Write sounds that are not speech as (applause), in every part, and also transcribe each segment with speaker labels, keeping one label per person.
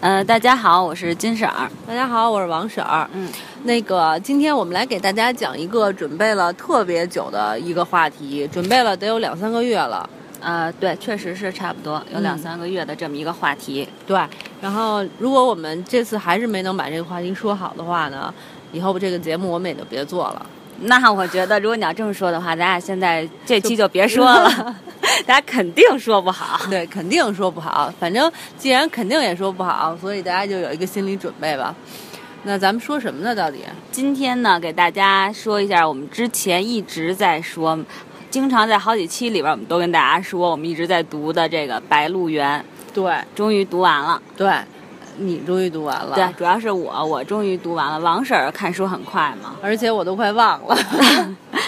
Speaker 1: 呃，大家好，我是金婶儿。
Speaker 2: 大家好，我是王婶儿。
Speaker 1: 嗯，
Speaker 2: 那个，今天我们来给大家讲一个准备了特别久的一个话题，准备了得有两三个月了。
Speaker 1: 呃，对，确实是差不多有两
Speaker 2: 嗯
Speaker 1: 三个月的这么一个话题。
Speaker 2: 对，然后如果我们这次还是没能把这个话题说好的话呢，以后这个节目我们也就别做了。
Speaker 1: 那我觉得，如果你要这么说的话，咱俩现在这期就别说了， (laughs) 咱俩肯定说不好。
Speaker 2: 对，肯定说不好。反正既然肯定也说不好，所以大家就有一个心理准备吧。那咱们说什么呢？到底？
Speaker 1: 今天呢，给大家说一下，我们之前一直在说，经常在好几期里边，我们都跟大家说，我们一直在读的这个《白鹿原》，
Speaker 2: 对
Speaker 1: 终于读完了。
Speaker 2: 对，你终于读完了。
Speaker 1: 对，，主要是我，我终于读完了。王婶儿看书很快嘛， (laughs)
Speaker 2: 而且我都快忘了。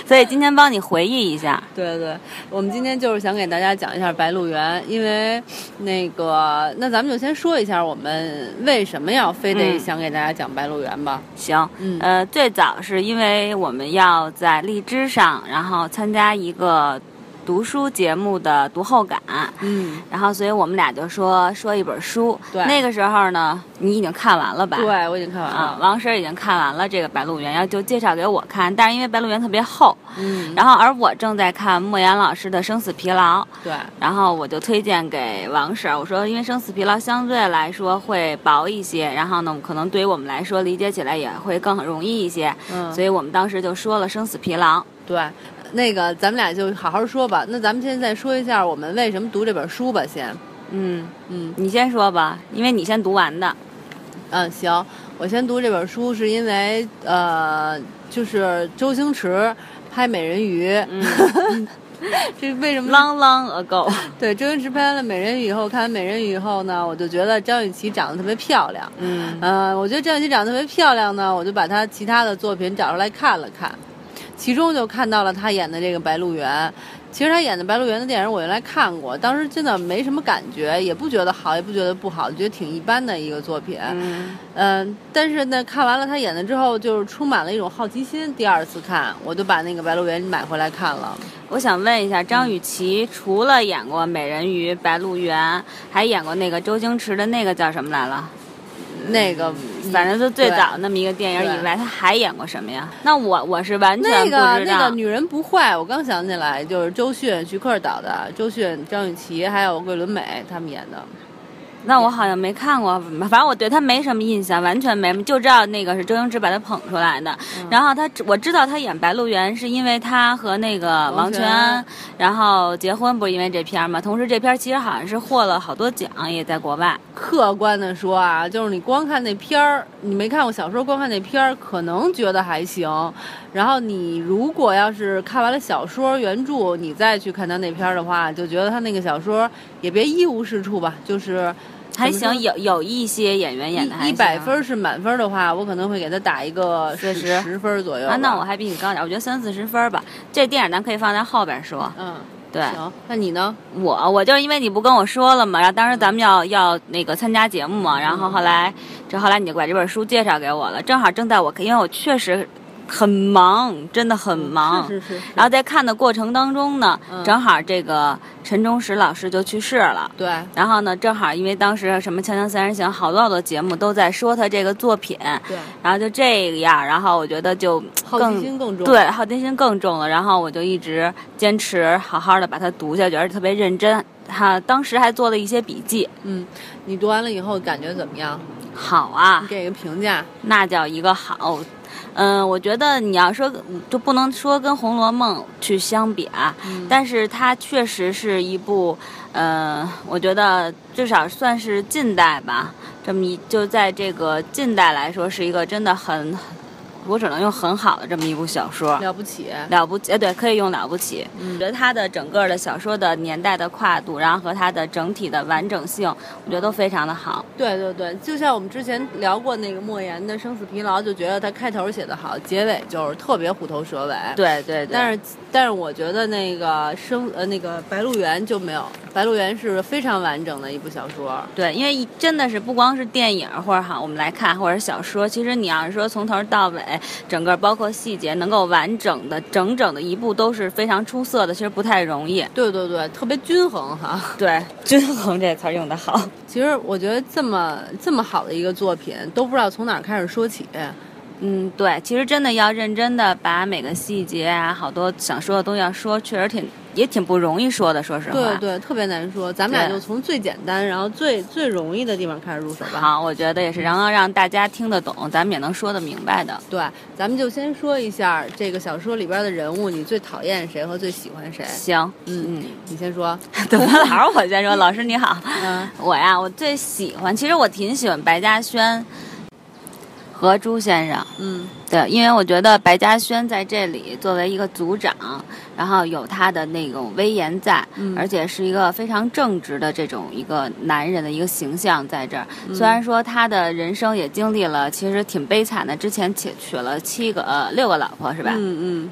Speaker 1: 所以今天帮你回忆一下。
Speaker 2: 对对，我们今天就是想给大家讲一下《白鹿原》，因为那个，那咱们就先说一下我们为什么要非得
Speaker 1: 嗯
Speaker 2: 想给大家讲《白鹿原》吧。
Speaker 1: 行，
Speaker 2: 嗯
Speaker 1: 呃，最早是因为我们要在荔枝上，然后参加一个读书节目的读后感，
Speaker 2: 嗯，
Speaker 1: 然后所以我们俩就说说一本书。
Speaker 2: 对
Speaker 1: 那个时候呢，你已经看完了吧？
Speaker 2: 嗯对，我已经看完
Speaker 1: 啊，
Speaker 2: 了。
Speaker 1: 王婶儿已经看完了这个《白鹿原》，要就介绍给我看，但是因为《白鹿原》特别厚，
Speaker 2: 嗯，
Speaker 1: 然后而我正在看莫言老师的《生死疲劳》，
Speaker 2: 对
Speaker 1: 然后我就推荐给王婶儿，我说因为生死疲劳相对来说会薄一些，然后呢，可能对于我们来说理解起来也会更容易一些，
Speaker 2: 嗯
Speaker 1: 所以我们当时就说了生死疲劳。
Speaker 2: 对，那个咱们俩就好好说吧。那咱们现在说一下我们为什么读这本书吧，先。
Speaker 1: 嗯，
Speaker 2: 嗯
Speaker 1: 你先说吧，因为你先读完的。
Speaker 2: 嗯，行，我先读这本书是因为呃，就是周星驰拍《美人鱼》嗯 (laughs) 这为什么
Speaker 1: Long long ago，
Speaker 2: 对，周星驰拍了《美人鱼》以后，看完《美人鱼》以后呢，我就觉得张雨绮长得特别漂亮。
Speaker 1: 嗯，
Speaker 2: 嗯、我觉得张雨绮长得特别漂亮呢，我就把她其他的作品找出来看了看，其中就看到了她演的这个《白鹿原》。其实她演的《白鹿原》的电影我原来看过，当时真的没什么感觉，也不觉得好，也不觉得不好，觉得挺一般的一个作品。
Speaker 1: 嗯，
Speaker 2: 嗯，但是呢，看完了她演的之后，就是充满了一种好奇心。第二次看，我就把那个《白鹿原》买回来看了。
Speaker 1: 我想问一下，张雨绮除了演过《美人鱼》《白鹿原》，还演过那个周星驰的那个叫什么来了？
Speaker 2: 那个，
Speaker 1: 反正就最
Speaker 2: 嗯对
Speaker 1: 早那么一个电影以外，她还演过什么呀？那我我是完全
Speaker 2: 那
Speaker 1: 不知
Speaker 2: 个
Speaker 1: 道。
Speaker 2: 那个女人不坏，我刚想起来，就是周迅、徐克导的，周迅、张雨绮还有桂纶镁他们演的。
Speaker 1: 那我好像没看过，反正我对他没什么印象，完全没，就知道那个是周星驰把他捧出来的。
Speaker 2: 嗯
Speaker 1: 然后他，我知道他演《白鹿原》是因为他和那个王
Speaker 2: 王
Speaker 1: 全
Speaker 2: 全
Speaker 1: 安
Speaker 2: 安，
Speaker 1: 然后结婚不是因为这片儿吗？同时这片儿其实好像是获了好多奖，也在国外。
Speaker 2: 客观的说啊，就是你光看那片儿，你没看过小说，光看那片儿可能觉得还行。然后你如果要是看完了小说原著，你再去看他那片儿的话，就觉得他那个小说也别一无是处吧，就是
Speaker 1: 还
Speaker 2: 怎
Speaker 1: 行，
Speaker 2: 么说
Speaker 1: 有有一些演员演的还
Speaker 2: 一一百
Speaker 1: 行啊
Speaker 2: 分儿是满分儿的话，我可能会给他打一个
Speaker 1: 四十
Speaker 2: 十分儿左右吧。
Speaker 1: 啊，那我还比你高点儿，我觉得三四十分儿吧。这电影咱可以放在后边儿说。
Speaker 2: 嗯
Speaker 1: 对
Speaker 2: 行，那你呢？
Speaker 1: 我，我就是因为你不跟我说了嘛，然后当时咱们要要那个参加节目嘛，然后后来，这后来你就把这本书介绍给我了，正好正在我，因为我确实很忙，真的很忙。啊
Speaker 2: 是是是是
Speaker 1: 然后在看的过程当中呢，
Speaker 2: 嗯
Speaker 1: 正好这个陈忠实老师就去世了。
Speaker 2: 对，
Speaker 1: 然后呢，正好因为当时什么《锵锵三人行》，好多好多节目都在说他这个作品，
Speaker 2: 对，
Speaker 1: 然后就这样，然后我觉得就
Speaker 2: 好
Speaker 1: 更
Speaker 2: 奇心更重。，
Speaker 1: 对，好奇心更重了。然后我就一直坚持好好的把它读下去，而且特别认真。哈，当时还做了一些笔记。
Speaker 2: 嗯，你读完了以后感觉怎么样？
Speaker 1: 好啊
Speaker 2: 你，给个评价。
Speaker 1: 那叫一个好。嗯，我觉得你要说就不能说跟《红楼梦》去相比啊，但是它确实是一部，呃，我觉得至少算是近代吧，这么一就在这个近代来说是一个真的很，我只能用很好的这么一部小说。
Speaker 2: 了不起，
Speaker 1: 了嗯不起，呃，对，可以用了不起。我觉得它的整个的小说的年代的跨度，然后和它的整体的完整性，我觉得都非常的好。
Speaker 2: 对对对，就像我们之前聊过那个莫言的《生死疲劳》，就觉得他开头写的好，结尾就是特别虎头蛇尾。，
Speaker 1: 对对对，
Speaker 2: 但是但是我觉得那个生呃那个《白鹿原》就没有，白鹿原》是非常完整的一部小说。
Speaker 1: 对，因为真的是不光是电影或者哈我们来看，或者小说，其实你要是说从头到尾，整个包括细节能够完整的、整整的一部都是非常出色的，其实不太容易。
Speaker 2: 对对对，特别均衡哈。 (laughs)
Speaker 1: 对，均衡这词儿用的好。
Speaker 2: 其实我觉得这么这么好的一个作品，都不知道从哪儿开始说起。
Speaker 1: 嗯，对，其实真的要认真的把每个细节啊，好多想说的都要说，确实挺也挺不容易说的，说实话。
Speaker 2: 对对，特别难说。咱们俩
Speaker 1: 对
Speaker 2: 就从最简单，然后最最容易的地方开始入手吧。
Speaker 1: 好，我觉得也是，然后让大家听得懂，咱们也能说得明白的。
Speaker 2: 对，咱们就先说一下这个小说里边的人物，你最讨厌谁和最喜欢谁？
Speaker 1: 行，
Speaker 2: 嗯嗯，你先说。
Speaker 1: (laughs) 怎么老是我先说？老师你好， (laughs)
Speaker 2: 嗯，
Speaker 1: 我呀，我最喜欢，其实我挺喜欢白嘉轩和朱先生。
Speaker 2: 嗯
Speaker 1: 对，因为我觉得白嘉轩在这里作为一个组长，然后有他的那种威严在，
Speaker 2: 嗯
Speaker 1: 而且是一个非常正直的这种一个男人的一个形象在这儿。
Speaker 2: 嗯
Speaker 1: 虽然说他的人生也经历了其实挺悲惨的，之前且娶了七个呃六个老婆是吧？
Speaker 2: 嗯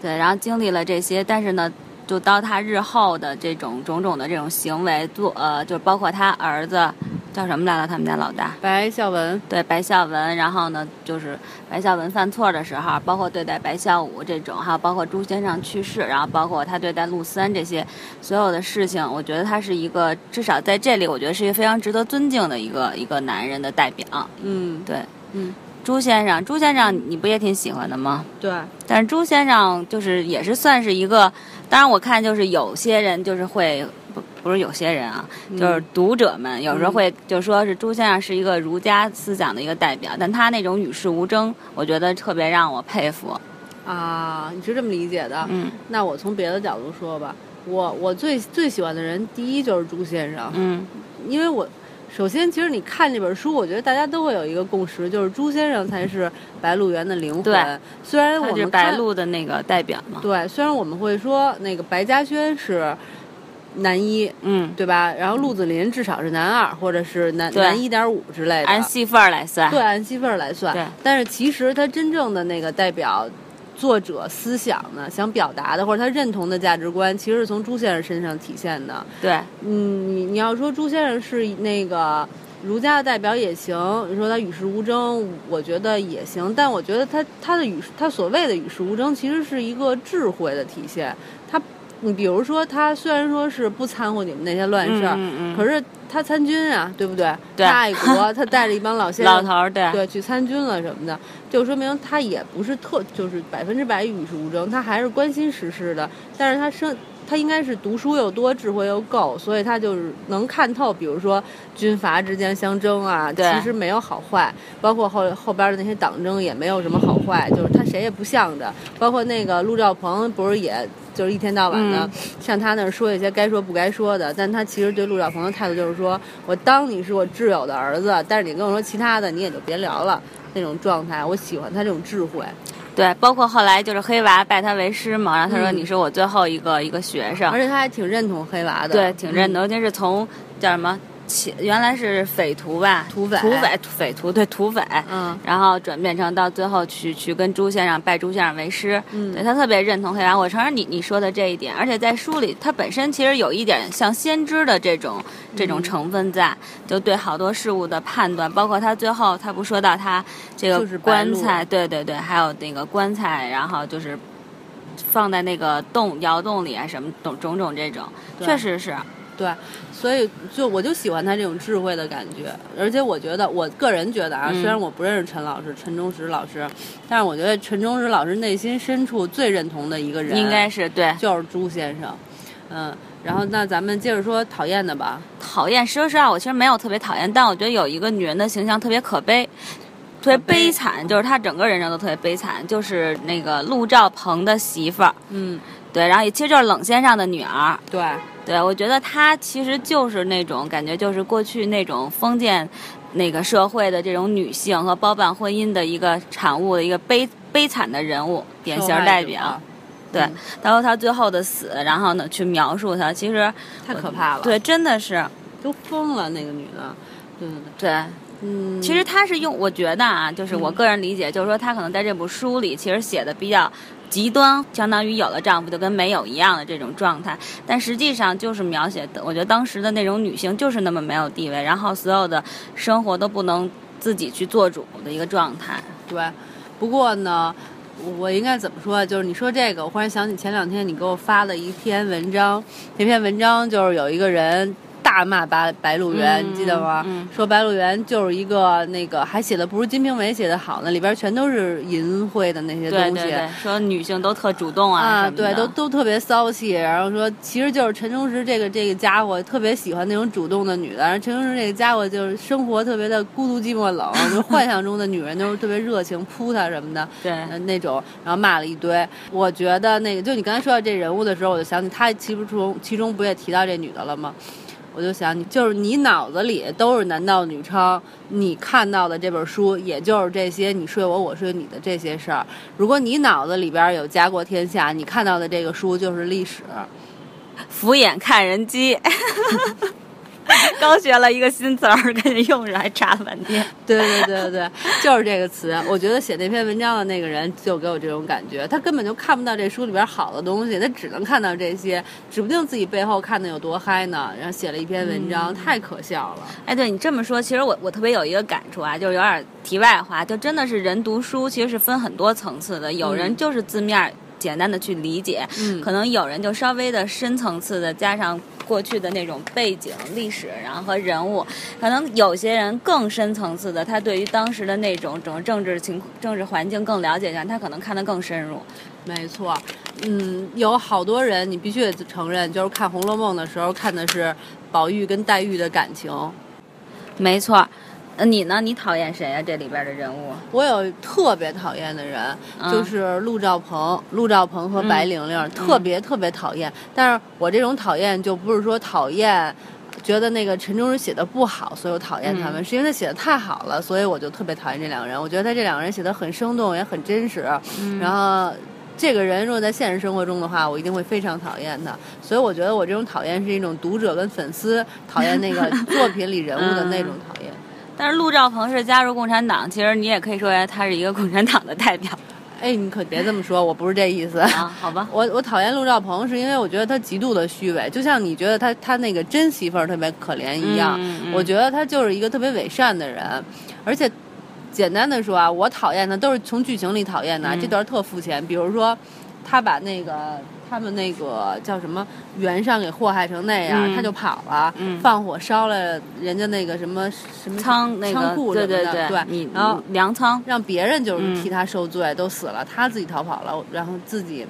Speaker 1: 对，然后经历了这些，但是呢，就到他日后的这种种种的这种行为，做呃，就包括他儿子叫什么来着？他们家老大
Speaker 2: 嗯，白孝文。
Speaker 1: 对白孝文，然后呢，就是白孝文犯错的时候，包括对待白孝武这种，还有包括朱先生去世，然后包括他对待陆森这些所有的事情，我觉得他是一个至少在这里，我觉得是一个非常值得尊敬的一个一个男人的代表。
Speaker 2: 嗯
Speaker 1: 对，
Speaker 2: 嗯，
Speaker 1: 朱先生，朱先生，你不也挺喜欢的吗？
Speaker 2: 对，
Speaker 1: 但是朱先生就是也是算是一个，当然我看就是有些人就是会不不是有些人啊，就是读者们有时候会就说是朱先生是一个儒家思想的一个代表，但他那种与世无争，我觉得特别让我佩服。
Speaker 2: 啊，你是这么理解的？
Speaker 1: 嗯
Speaker 2: 那我从别的角度说吧，我我最最喜欢的人，第一就是朱先生，
Speaker 1: 嗯
Speaker 2: 因为我首先其实你看这本书，我觉得大家都会有一个共识，就是朱先生才是白鹿原的灵魂。
Speaker 1: 对，
Speaker 2: 虽然
Speaker 1: 他
Speaker 2: 我
Speaker 1: 是
Speaker 2: 们
Speaker 1: 白
Speaker 2: 看
Speaker 1: 鹿的那个代表嘛。
Speaker 2: 对，虽然我们会说那个白嘉轩是男一，
Speaker 1: 嗯，
Speaker 2: 对吧？然后陆子霖至少是男二，或者是男
Speaker 1: 对
Speaker 2: 男一点五之类的，
Speaker 1: 按戏份儿来算。
Speaker 2: 对，按戏份儿来算
Speaker 1: 对。
Speaker 2: 但是其实他真正的那个代表作者思想呢，想表达的或者他认同的价值观，其实是从朱先生身上体现的。
Speaker 1: 对
Speaker 2: 嗯，你你要说朱先生是那个儒家的代表也行，你说他与世无争，我觉得也行。但我觉得他他的与他所谓的与世无争，其实是一个智慧的体现。他，你比如说他虽然说是不掺和你们那些乱事儿，
Speaker 1: 嗯嗯嗯
Speaker 2: 可是他参军啊，对不对？
Speaker 1: 对
Speaker 2: 他爱国，他带着一帮老先生
Speaker 1: 老头儿对啊
Speaker 2: 对，去参军了什么的，就说明他也不是特就是百分之百与世无争，他还是关心时事的。但是他生他应该是读书又多，智慧又够，所以他就是能看透，比如说军阀之间相争啊，其
Speaker 1: 对
Speaker 2: 实没有好坏，包括后后边的那些党争也没有什么好坏，就是他谁也不向着。包括那个陆兆鹏不是也。就是一天到晚的
Speaker 1: 嗯
Speaker 2: 上他那儿说一些该说不该说的，但他其实对陆兆鹏的态度就是说，我当你是我挚友的儿子，但是你跟我说其他的，你也就别聊了那种状态。我喜欢他这种智慧，
Speaker 1: 啊对，包括后来就是黑娃拜他为师嘛，然后他说
Speaker 2: 嗯
Speaker 1: 你是我最后一个一个学生
Speaker 2: 而，且他还挺认同黑娃的，
Speaker 1: 对，挺认
Speaker 2: 嗯
Speaker 1: 的，尤其是从叫什么，起原来是匪徒吧，
Speaker 2: 土匪
Speaker 1: 土匪，匪徒，对，土匪。
Speaker 2: 嗯
Speaker 1: 然后转变成到最后去去跟朱先生拜朱先生为师，
Speaker 2: 嗯
Speaker 1: 对他特别认同黑娃。我承认你你说的这一点，而且在书里他本身其实有一点像先知的这种这
Speaker 2: 嗯
Speaker 1: 种成分在，就对好多事物的判断，包括他最后他不说到他这个
Speaker 2: 就是白
Speaker 1: 棺
Speaker 2: 鹿
Speaker 1: 材，对对对，还有那个棺材，然后就是放在那个洞窑洞里啊什么种种种这种，
Speaker 2: 对
Speaker 1: 确实是，
Speaker 2: 对，所以就我就喜欢他这种智慧的感觉，而且我觉得我个人觉得啊，
Speaker 1: 嗯
Speaker 2: 虽然我不认识陈老师、陈忠实老师，但是我觉得陈忠实老师内心深处最认同的一个人，
Speaker 1: 应该是对
Speaker 2: 就是朱先生，嗯。然后，那咱们接着说讨厌的吧。
Speaker 1: 讨厌。说实话，我其实没有特别讨厌，但我觉得有一个女人的形象特别可悲，特别
Speaker 2: 悲
Speaker 1: 悲惨，就是她整个人生都特别悲惨，就是那个陆兆鹏的媳妇儿，
Speaker 2: 嗯，
Speaker 1: 对，然后也其实就是冷先生的女儿，
Speaker 2: 对，
Speaker 1: 对我觉得她其实就是那种感觉，就是过去那种封建那个社会的这种女性和包办婚姻的一个产物的一个悲悲惨的人物，典型
Speaker 2: 受害者
Speaker 1: 代表。对
Speaker 2: 嗯，
Speaker 1: 然后她最后的死，然后呢去描述她，其实
Speaker 2: 太可怕了。
Speaker 1: 对，真的是
Speaker 2: 都疯了那个女的，对对对，
Speaker 1: 对。
Speaker 2: 嗯，
Speaker 1: 其实他是用，我觉得啊，就是我个人理解，就是说他可能在这部书里其实写的比较极端，相当于有了丈夫就跟没有一样的这种状态。但实际上就是描写的，我觉得当时的那种女性就是那么没有地位，然后所有的生活都不能自己去做主的一个状态。
Speaker 2: 对，不过呢，我应该怎么说啊？就是你说这个，我忽然想起前两天你给我发了一篇文章，那篇文章就是有一个人大骂白白鹿原，你记得吗？
Speaker 1: 嗯
Speaker 2: 说白鹿原就是一个那个，还写的不如《金瓶梅》写的好呢，里边全都是淫秽的那些东
Speaker 1: 对对
Speaker 2: 西。
Speaker 1: 对，说女性都特主动
Speaker 2: 啊，
Speaker 1: 什么的
Speaker 2: 对，都都特别骚气，然后说其实就是陈忠实这个这个家伙特别喜欢那种主动的女的，而陈忠实这个家伙就是生活特别的孤独寂寞
Speaker 1: (laughs)
Speaker 2: 冷，就幻想中的女人都是特别热情扑他什么的，
Speaker 1: 对
Speaker 2: 呃那种，然后骂了一堆。我觉得那个就你刚才说到这人物的时候，我就想起他其中其中不也提到这女的了吗？我就想你就是你脑子里都是男盗女娼，你看到的这本书也就是这些你睡我我睡你的这些事儿。如果你脑子里边有家国天下，你看到的这个书就是历史。
Speaker 1: 俯眼看人
Speaker 2: (laughs)
Speaker 1: 机。刚学了一个新词儿，跟着用着还查了半天。
Speaker 2: (laughs) 对对对对，就是这个词。我觉得写那篇文章的那个人就给我这种感觉，他根本就看不到这书里边好的东西，他只能看到这些，指不定自己背后看的有多嗨呢。然后写了一篇文章，太可笑了。
Speaker 1: 哎，对你这么说，其实我我特别有一个感触啊，就是有点题外话，就真的是人读书其实是分很多层次的，有人就是字面儿简单的去理解，
Speaker 2: 嗯
Speaker 1: 可能有人就稍微的深层次的加上。过去的那种背景、历史，然后和人物，可能有些人更深层次的，他对于当时的那种整个政治情、政治环境更了解一下，他可能看得更深入。
Speaker 2: 没错，嗯，有好多人你必须得承认，就是看《红楼梦》的时候看的是宝玉跟黛玉的感情。
Speaker 1: 没错儿，呃你呢？你讨厌谁呀、这里边的人物？
Speaker 2: 我有特别讨厌的人，
Speaker 1: 嗯
Speaker 2: 就是陆兆鹏，陆兆鹏和白玲玲、特别特别讨厌。但是我这种讨厌就不是说讨厌，觉得那个陈忠实写的不好，所以我讨厌他们，是因为他写的太好了，所以我就特别讨厌这两个人。我觉得他这两个人写的很生动，也很真实。然后。这个人如果在现实生活中的话，我一定会非常讨厌他。所以我觉得我这种讨厌是一种读者跟粉丝讨厌那个作品里人物的那种讨厌。
Speaker 1: 但是陆兆鹏是加入共产党，其实你也可以说他是一个共产党的代表
Speaker 2: 哎，你可别这么说，我不是这意思。
Speaker 1: 啊，好吧？
Speaker 2: 我我讨厌陆兆鹏，是因为我觉得他极度的虚伪，就像你觉得他他那个真媳妇儿特别可怜一样，
Speaker 1: 嗯嗯
Speaker 2: 我觉得他就是一个特别伪善的人，而且简单的说啊，我讨厌的都是从剧情里讨厌的，啊
Speaker 1: 嗯
Speaker 2: 这段特肤浅，比如说他把那个。他们那个叫什么袁尚给祸害成那样，
Speaker 1: 嗯
Speaker 2: 他就跑了，
Speaker 1: 嗯
Speaker 2: 放火烧了人家那个什么什么
Speaker 1: 仓那个
Speaker 2: 仓库什
Speaker 1: 对
Speaker 2: 么的，
Speaker 1: 对
Speaker 2: 对
Speaker 1: 你
Speaker 2: 然后
Speaker 1: 粮仓，
Speaker 2: 让别人就是
Speaker 1: 嗯
Speaker 2: 替他受罪，都死了，他自己逃跑了，然后自己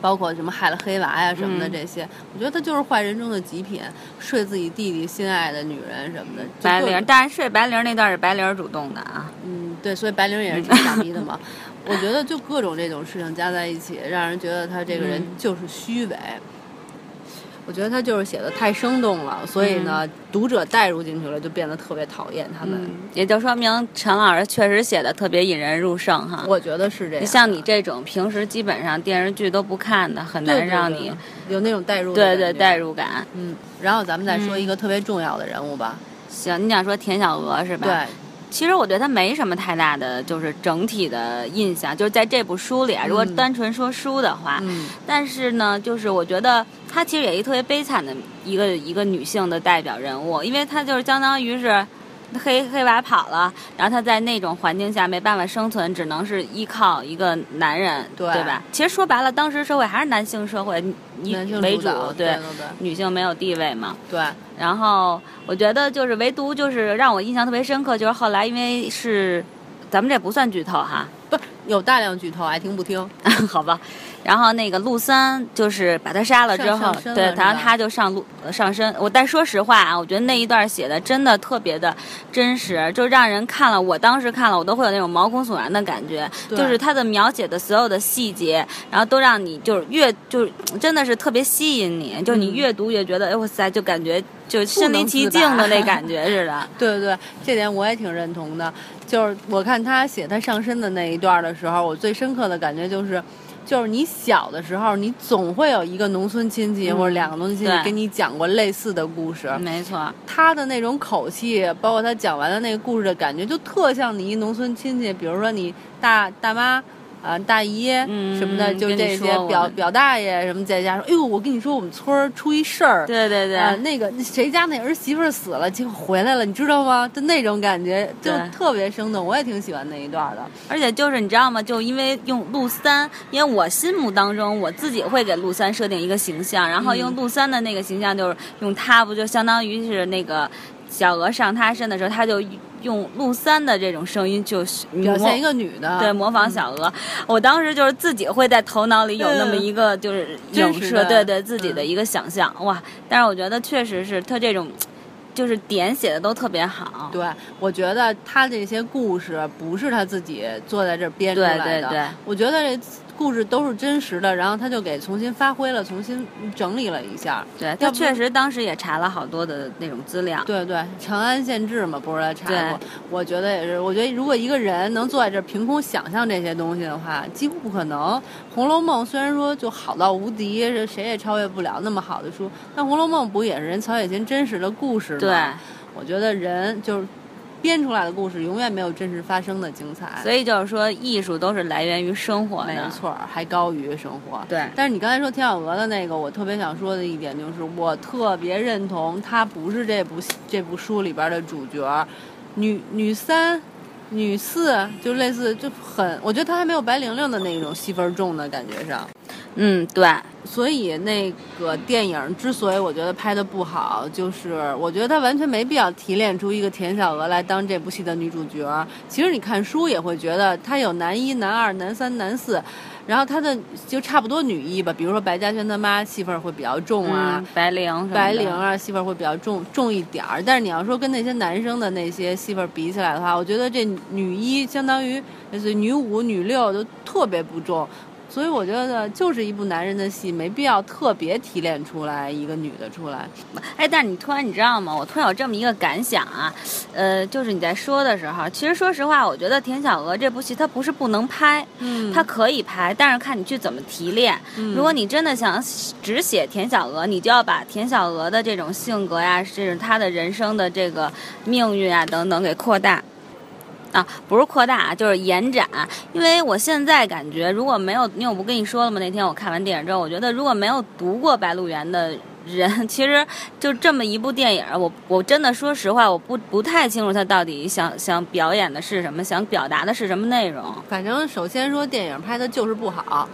Speaker 2: 包括什么害了黑娃呀什么的
Speaker 1: 嗯
Speaker 2: 这些，我觉得他就是坏人中的极品，睡自己弟弟心爱的女人什么的。就
Speaker 1: 白
Speaker 2: 各
Speaker 1: 玲，
Speaker 2: 种，
Speaker 1: 但是睡白玲那段是白玲主动的啊。
Speaker 2: 嗯，对，所以白灵也是挺傻逼的嘛。我觉得就各种这种事情加在一起，让人觉得他这个人
Speaker 1: 嗯
Speaker 2: 就是虚伪。我觉得他就是写的太生动了，所以呢，读者带入进去了，就变得特别讨厌他们。
Speaker 1: 嗯，也就说明陈老师确实写的特别引人入胜哈。
Speaker 2: 我觉得是这样。
Speaker 1: 像你这种平时基本上电视剧都不看的，很
Speaker 2: 对
Speaker 1: 难
Speaker 2: 对
Speaker 1: 让
Speaker 2: 对
Speaker 1: 你
Speaker 2: 有那种代入的
Speaker 1: 对
Speaker 2: 感觉，
Speaker 1: 对代入感。
Speaker 2: 嗯，然后咱们再说
Speaker 1: 嗯
Speaker 2: 一个特别重要的人物吧。
Speaker 1: 行，你想说田小娥是吧？
Speaker 2: 对，
Speaker 1: 其实我对他没什么太大的，就是整体的印象，就是在这部书里啊，如果
Speaker 2: 嗯
Speaker 1: 单纯说书的话，
Speaker 2: 嗯，
Speaker 1: 但是呢，就是我觉得她其实也一特别悲惨的一个一个女性的代表人物，因为她就是相当于是黑黑娃跑了，然后她在那种环境下没办法生存，只能是依靠一个男人，
Speaker 2: 对
Speaker 1: 对吧？其实说白了，当时社会还是男性社会以
Speaker 2: 男性
Speaker 1: 为
Speaker 2: 主
Speaker 1: 主
Speaker 2: 导，，对对
Speaker 1: 女性没有地位嘛。
Speaker 2: 对，
Speaker 1: 然后我觉得就是唯独就是让我印象特别深刻，就是后来因为是咱们这不算剧透哈，
Speaker 2: 不有大量剧透，爱听不
Speaker 1: (laughs)
Speaker 2: 听。
Speaker 1: 好吧。然后那个陆三就是把他杀了之
Speaker 2: 上
Speaker 1: 后
Speaker 2: 上身，了
Speaker 1: 对，
Speaker 2: 是吧
Speaker 1: 然后他就上路呃上身。我但说实话啊，我觉得那一段写的真的特别的真实，就让人看了，我当时看了，我都会有那种毛骨悚然的感觉。
Speaker 2: 对
Speaker 1: 就是他的描写的所有的细节，然后都让你就是越就是真的是特别吸引你，就是你
Speaker 2: 嗯
Speaker 1: 越读越觉得，哎哇塞，就感觉就身
Speaker 2: 不
Speaker 1: 临
Speaker 2: 能
Speaker 1: 其
Speaker 2: 自拔
Speaker 1: 境的
Speaker 2: (laughs)
Speaker 1: 那感觉似的。
Speaker 2: 对对对，这点我也挺认同的。就是我看他写他上身的那一段的时候，我最深刻的感觉就是。就是你小的时候，你总会有一个农村亲戚、
Speaker 1: 嗯
Speaker 2: 或者两个农村亲戚
Speaker 1: 对嗯
Speaker 2: 跟你讲过类似的故事，
Speaker 1: 没错，
Speaker 2: 他的那种口气，包括他讲完了那个故事的感觉，就特像你一农村亲戚，比如说你大大妈啊大姨
Speaker 1: 嗯
Speaker 2: 什么的，就
Speaker 1: 跟你
Speaker 2: 这些
Speaker 1: 说我
Speaker 2: 表
Speaker 1: 们
Speaker 2: 表大爷什么在家说，哎呦，我跟你说，我们村儿出一事儿，
Speaker 1: 对对对，
Speaker 2: 啊，那个谁家那儿媳妇儿死了，结果回来了，你知道吗？就那种感觉，就
Speaker 1: 对
Speaker 2: 特别生动，我也挺喜欢那一段儿的。
Speaker 1: 而且就是你知道吗？就因为用陆三，因为我心目当中我自己会给陆三设定一个形象，然后用陆三的那个形象，就是用他不就相当于是那个小娥上他身的时候，他就用陆三的这种声音就
Speaker 2: 表现一
Speaker 1: 个。
Speaker 2: 个女的，
Speaker 1: 对，模仿小娥，我当时就是自己会在头脑里有那么一个就是
Speaker 2: 真
Speaker 1: 影
Speaker 2: 实
Speaker 1: 射，
Speaker 2: 嗯的
Speaker 1: 对对，自己的
Speaker 2: 嗯
Speaker 1: 一个想象、哇！但是我觉得确实是他这种，就是点写的都特别好，
Speaker 2: 对，我觉得他这些故事不是他自己坐在这儿编出
Speaker 1: 对
Speaker 2: 来的。
Speaker 1: 对对，
Speaker 2: 我觉得这故事都是真实的，然后他就给重新发挥了，重新整理了一下。
Speaker 1: 对，
Speaker 2: 要
Speaker 1: 他
Speaker 2: 不
Speaker 1: 确实当时也查了好多的那种资料，
Speaker 2: 对对，长安县志嘛，不是他查过
Speaker 1: 对。
Speaker 2: 我觉得也是，我觉得如果一个人能坐在这儿凭空想象这些东西的话，几乎不可能。《红楼梦》虽然说就好到无敌，是谁也超越不了那么好的书，但《红楼梦》不也是人曹雪芹真实的故事吗？
Speaker 1: 对，
Speaker 2: 我觉得人就是编出来的故事，永远没有真实发生的精彩。
Speaker 1: 所以就是说，艺术都是来源于生活
Speaker 2: 没
Speaker 1: 的。
Speaker 2: 错儿，还高于生活。
Speaker 1: 对
Speaker 2: 但是你刚才说田小娥的那个，我特别想说的一点就是，我特别认同她不是这部戏这部书里边的主角儿，女女三、女四，就类似就很，我觉得她还没有白玲玲的那种戏份儿重的感觉上。
Speaker 1: 嗯，对，
Speaker 2: 所以那个电影之所以我觉得拍的不好，就是我觉得他完全没必要提炼出一个田小娥来当这部戏的女主角。其实你看书也会觉得她有男一、男二、男三、男四，然后她的就差不多女一吧，比如说白嘉轩他妈戏份会比较重啊。
Speaker 1: 嗯，白绫什么的，
Speaker 2: 白领啊，戏份会比较重重一点儿，但是你要说跟那些男生的那些戏份比起来的话，我觉得这女一相当于类似于女五、女六都特别不重，所以我觉得就是一部男人的戏，没必要特别提炼出来一个女的出来。
Speaker 1: 哎，但是你突然你知道吗？我突然有这么一个感想啊，呃，就是你在说的时候，其实说实话，我觉得田小娥这部戏它不是不能拍，
Speaker 2: 嗯
Speaker 1: 它可以拍，但是看你去怎么提炼。如果你真的想只写田小娥，你就要把田小娥的这种性格呀，这种她的人生的这个命运啊等等给扩大。啊，不是扩大啊，就是延展。因为我现在感觉，如果没有，因为我不跟你说了吗？那天我看完电影之后，我觉得如果没有读过《白鹿原》的人， (laughs) 其实就这么一部电影，我我真的说实话，我不不太清楚他到底想想表演的是什么，想表达的是什么内容。
Speaker 2: 反正首先说电影拍的就是不好，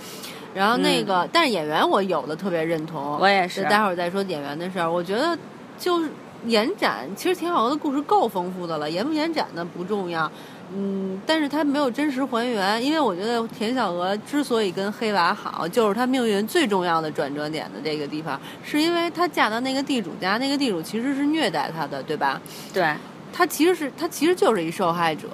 Speaker 2: 然后那个，但是演员我有的特别认同，
Speaker 1: 嗯我也是啊
Speaker 2: 就待会儿再说演员的事儿。我觉得就是延展，其实田小娥的故事够丰富的了，延不延展的不重要。嗯，但是她没有真实还原，因为我觉得田小娥之所以跟黑娃好，就是她命运最重要的转折点的这个地方，是因为她嫁到那个地主家，那个地主其实是虐待她的，对吧？
Speaker 1: 对，
Speaker 2: 他其实是他其实就是一受害者，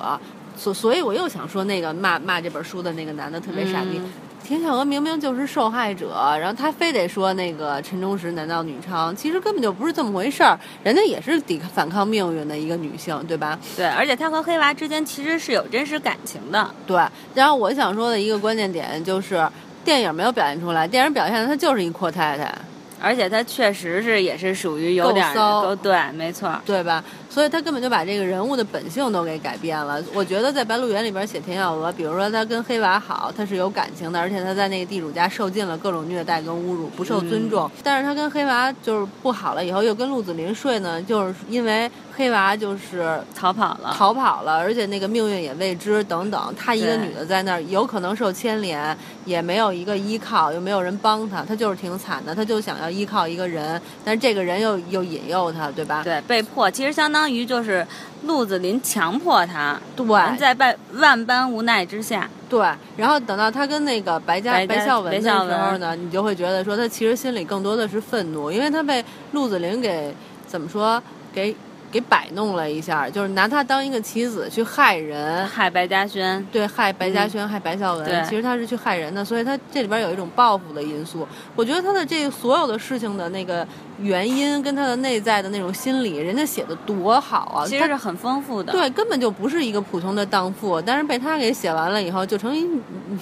Speaker 2: 所所以我又想说那个骂骂这本书的那个男的特别傻逼。
Speaker 1: 嗯
Speaker 2: 田小娥明明就是受害者，然后他非得说那个陈忠实难道女娼，其实根本就不是这么回事儿，人家也是抵抗反抗命运的一个女性，对吧？
Speaker 1: 对，而且他和黑娃之间其实是有真实感情的。
Speaker 2: 对。然后我想说的一个关键点就是，电影没有表现出来，电影表现的她就是一阔太太。
Speaker 1: 而且他确实是也是属于有
Speaker 2: 够
Speaker 1: 点儿
Speaker 2: 骚
Speaker 1: 够对，没错儿。
Speaker 2: 对吧？所以他根本就把这个人物的本性都给改变了。我觉得在《白鹿原》里边写田小娥，比如说她跟黑娃好，她是有感情的，而且她在那个地主家受尽了各种虐待跟侮辱，不受尊重。但是她跟黑娃就是不好了以后，又跟陆子霖睡呢，就是因为黑娃就是
Speaker 1: 逃跑了，
Speaker 2: 逃跑了，而且那个命运也未知等等。她一个
Speaker 1: 对
Speaker 2: 女的在那儿，有可能受牵连，也没有一个依靠，又没有人帮她，她就是挺惨的。她就想要依靠一个人，但是这个人又又引诱她，对吧？
Speaker 1: 对，被迫，其实相当于就是陆子霖强迫他，
Speaker 2: 对，
Speaker 1: 在万万般无奈之下，
Speaker 2: 对，然后等到他跟那个白嘉
Speaker 1: 白
Speaker 2: 白
Speaker 1: 嘉
Speaker 2: 孝文的
Speaker 1: 白
Speaker 2: 时
Speaker 1: 孝
Speaker 2: 候呢，你就会觉得说他其实心里更多的是愤怒，因为他被陆子霖给怎么说给给摆弄了一下，就是拿他当一个棋子去害人。
Speaker 1: 害白嘉轩，
Speaker 2: 对，害白嘉轩，害白孝
Speaker 1: 嗯
Speaker 2: 文，
Speaker 1: 对
Speaker 2: 其实他是去害人的，所以他这里边有一种报复的因素。我觉得他的这个所有的事情的那个原因跟他的内在的那种心理，人家写的多好啊！
Speaker 1: 其
Speaker 2: 他
Speaker 1: 实是很丰富的。
Speaker 2: 对，根本就不是一个普通的荡妇，但是被他给写完了以后，就成一女女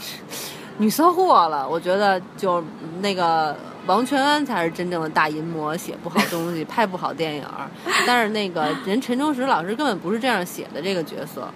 Speaker 2: 女骚货了。我觉得就那个王全安才是真正的大淫魔，写不好东西，拍不好电影儿。但是那个人陈忠实老师根本不是这样写的这个角色。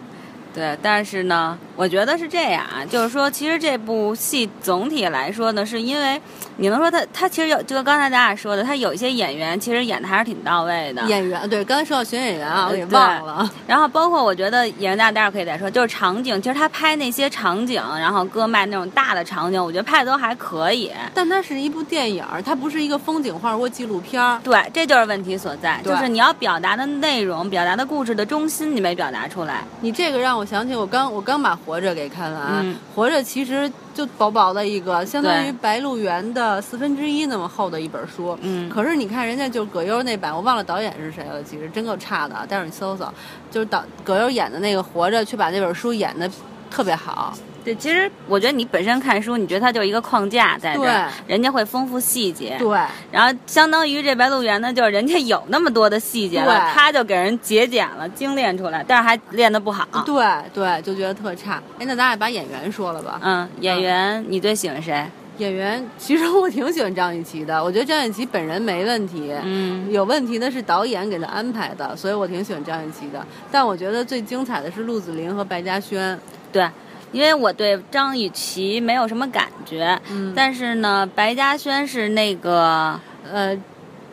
Speaker 1: 对但是呢，我觉得是这样啊，就是说，其实这部戏总体来说呢，是因为你能说他他其实有，就跟刚才咱俩说的，他有一些演员其实演的还是挺到位的。
Speaker 2: 演员对，刚才说到选演员啊，我给
Speaker 1: 对
Speaker 2: 忘了。
Speaker 1: 然后包括我觉得演员大家待会儿可以再说，就是场景，其实他拍那些场景，然后割麦那种大的场景，我觉得拍的都还可以。
Speaker 2: 但它是一部电影儿，它不是一个风景画或纪录片儿。
Speaker 1: 对，这就是问题所在，
Speaker 2: 对
Speaker 1: 就是你要表达的内容、表达的故事的中心，你没表达出来。
Speaker 2: 你这个让我想起我刚我刚把《活着》给看完，啊
Speaker 1: 嗯
Speaker 2: 活着》其实就薄薄的一个，相当于
Speaker 1: 对
Speaker 2: 白鹿原的四分之一那么厚的一本书。
Speaker 1: 嗯
Speaker 2: 可是你看人家就是葛优那版，我忘了导演是谁了，其实真够差的啊。待会儿你搜搜，就是导葛优演的那个《活着》，却把那本书演的特别好。
Speaker 1: 对，其实我觉得你本身看书，你觉得它就是一个框架在这儿，人家会丰富细节。
Speaker 2: 对，
Speaker 1: 然后相当于这白鹿原呢，就是人家有那么多的细节了
Speaker 2: 对，
Speaker 1: 他就给人节俭了，精炼出来，但是还练得不好。
Speaker 2: 对对，就觉得特差。哎，那咱俩把演员说了吧。
Speaker 1: 啊嗯，演员你最喜欢谁？
Speaker 2: 演员其实我挺喜欢张雨绮的，我觉得张雨绮本人没问题。
Speaker 1: 嗯，
Speaker 2: 有问题的是导演给他安排的，所以我挺喜欢张雨绮的。但我觉得最精彩的是陆子霖和白嘉轩。
Speaker 1: 对，因为我对张雨绮没有什么感觉，
Speaker 2: 嗯但
Speaker 1: 但是呢，白嘉轩是那个
Speaker 2: 呃，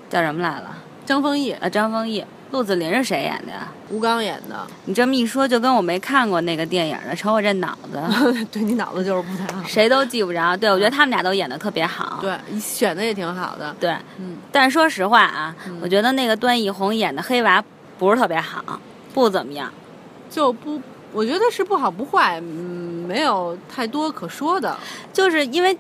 Speaker 1: 叫什么来了？
Speaker 2: 张丰毅、
Speaker 1: 呃，张丰毅、陆子霖是谁演的呀？
Speaker 2: 吴刚演的，
Speaker 1: 你这么一说，就跟我没看过那个电影了。瞅我这脑
Speaker 2: (laughs)
Speaker 1: 子，
Speaker 2: 对你脑子就是不太好。
Speaker 1: 谁都记不着。对，我觉得他们俩都演的特别好。
Speaker 2: 嗯对，你选的也挺好的。
Speaker 1: 对
Speaker 2: 嗯，
Speaker 1: 但是说实话啊，
Speaker 2: 嗯
Speaker 1: 我觉得那个段奕宏演的黑娃不是特别好，不怎么样。
Speaker 2: 就不，我觉得是不好不坏，嗯，没有太多可说的。
Speaker 1: 就是因为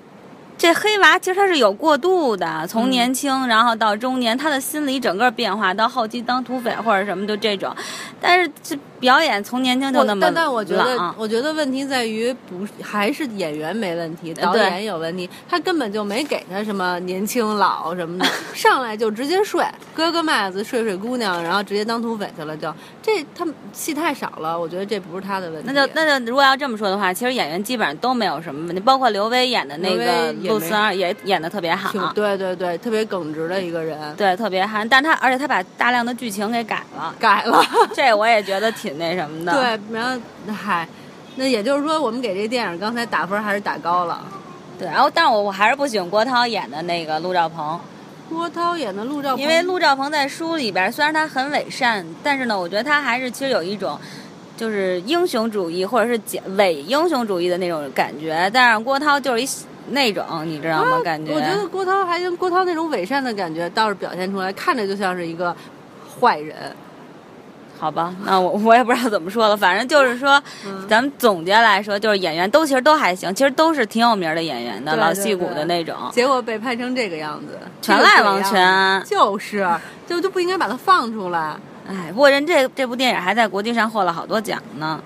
Speaker 1: 这黑娃其实他是有过渡的，
Speaker 2: 嗯
Speaker 1: 从年轻、然后到中年，他的心理整个变化到后期当土匪或者什么就这种，但是这表演从年轻就
Speaker 2: 我
Speaker 1: 那么啊
Speaker 2: 但但我觉得
Speaker 1: 冷，
Speaker 2: 我觉得问题在于不是还是演员没问题，导
Speaker 1: 呃对
Speaker 2: 演有问题，他根本就没给他什么年轻老什
Speaker 1: (laughs)
Speaker 2: 么的，上来就直接睡哥哥麦子睡睡姑娘，然后直接当土匪去了就，这他戏太少了，我觉得这不是他的问题。
Speaker 1: 那就那就如果要这么说的话，其实演员基本上都没有什么问题，包括刘威演的那个
Speaker 2: 刘威也没
Speaker 1: 陆四二也演的特别好，
Speaker 2: 挺对对对，特别耿直的一个人，
Speaker 1: 对，特别憨。但他而且他把大量的剧情给改了，
Speaker 2: 改了。
Speaker 1: (laughs) 这我也觉得挺那什么的。
Speaker 2: 对，然后嗨，那也就是说，我们给这电影刚才打分还是打高了。
Speaker 1: 对，然后但我我还是不喜欢郭涛演的那个陆兆鹏，
Speaker 2: 郭涛演的陆兆鹏，
Speaker 1: 因为陆兆鹏在书里边虽然他很伪善，但是呢，我觉得他还是其实有一种。就是英雄主义或者是假伪英雄主义的那种感觉，但是郭涛就是一那种，你知道吗？感觉
Speaker 2: 啊我觉得郭涛还跟郭涛那种伪善的感觉倒是表现出来，看着就像是一个坏人。
Speaker 1: 好吧，那我我也不知道怎么说了，反正就是说，
Speaker 2: 嗯
Speaker 1: 咱们总结来说，就是演员都其实都还行，其实都是挺有名的演员的，
Speaker 2: 对
Speaker 1: 老
Speaker 2: 对
Speaker 1: 戏骨
Speaker 2: 对
Speaker 1: 的那种。
Speaker 2: 结果被拍成这个样子，
Speaker 1: 全
Speaker 2: 这个
Speaker 1: 赖
Speaker 2: 鬼
Speaker 1: 王啊
Speaker 2: 样
Speaker 1: 全安
Speaker 2: 子就是就就不应该把它放出来。
Speaker 1: 哎，不过人这这部电影还在国际上获了好多奖呢。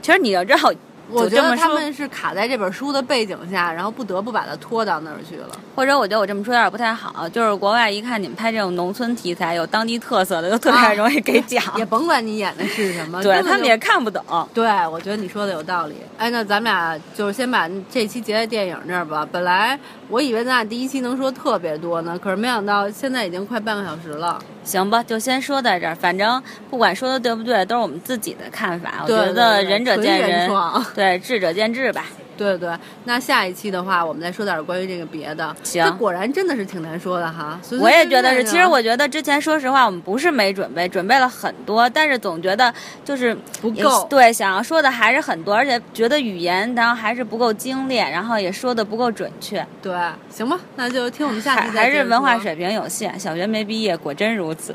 Speaker 1: 其实你要知道，
Speaker 2: 我
Speaker 1: 就
Speaker 2: 觉
Speaker 1: 这
Speaker 2: 得
Speaker 1: 么
Speaker 2: 他
Speaker 1: 说，
Speaker 2: 们是卡在这本书的背景下，然后不得不把它拖到那儿去了。
Speaker 1: 或者我觉得我这么说有点不太好，就是国外一看你们拍这种农村题材、有当地特色的，就特
Speaker 2: 啊
Speaker 1: 别容易给奖，
Speaker 2: 也甭管你演的是什
Speaker 1: (laughs)
Speaker 2: 么，
Speaker 1: 对
Speaker 2: 根本
Speaker 1: 他们
Speaker 2: 就
Speaker 1: 也看不懂。
Speaker 2: 对，我觉得你说的有道理。哎，那咱们俩就是先把这期结在电影这儿吧。本来我以为咱俩第一期能说特别多呢，可是没想到现在已经快半个小时了。
Speaker 1: 行吧，就先说在这儿。反正不管说的对不对，都是我们自己的看法。我
Speaker 2: 对
Speaker 1: 觉得
Speaker 2: 对对
Speaker 1: 仁者
Speaker 2: 纯
Speaker 1: 见
Speaker 2: 原
Speaker 1: 仁，
Speaker 2: 创
Speaker 1: (laughs) 对智者见智吧。
Speaker 2: 对对，那下一期的话，我们再说点关于这个别的。
Speaker 1: 行
Speaker 2: 这果然真的是挺难说的哈。随随
Speaker 1: 我也
Speaker 2: 便
Speaker 1: 觉得
Speaker 2: 便
Speaker 1: 是，
Speaker 2: 的
Speaker 1: 其实我觉得之前说实话，我们不是没准备，准备了很多，但是总觉得就是
Speaker 2: 不
Speaker 1: 也
Speaker 2: 够
Speaker 1: 对，想要说的还是很多，而且觉得语言然后还是不够精炼，然后也说的不够准确，
Speaker 2: 对，行吧，那就听我们下
Speaker 1: 还
Speaker 2: 期再
Speaker 1: 还是
Speaker 2: 接着
Speaker 1: 文化
Speaker 2: 说。
Speaker 1: 水平有限， (laughs) 小学没毕业，果真如此。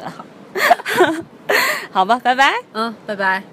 Speaker 1: 好吧，拜拜。
Speaker 2: 嗯，拜拜。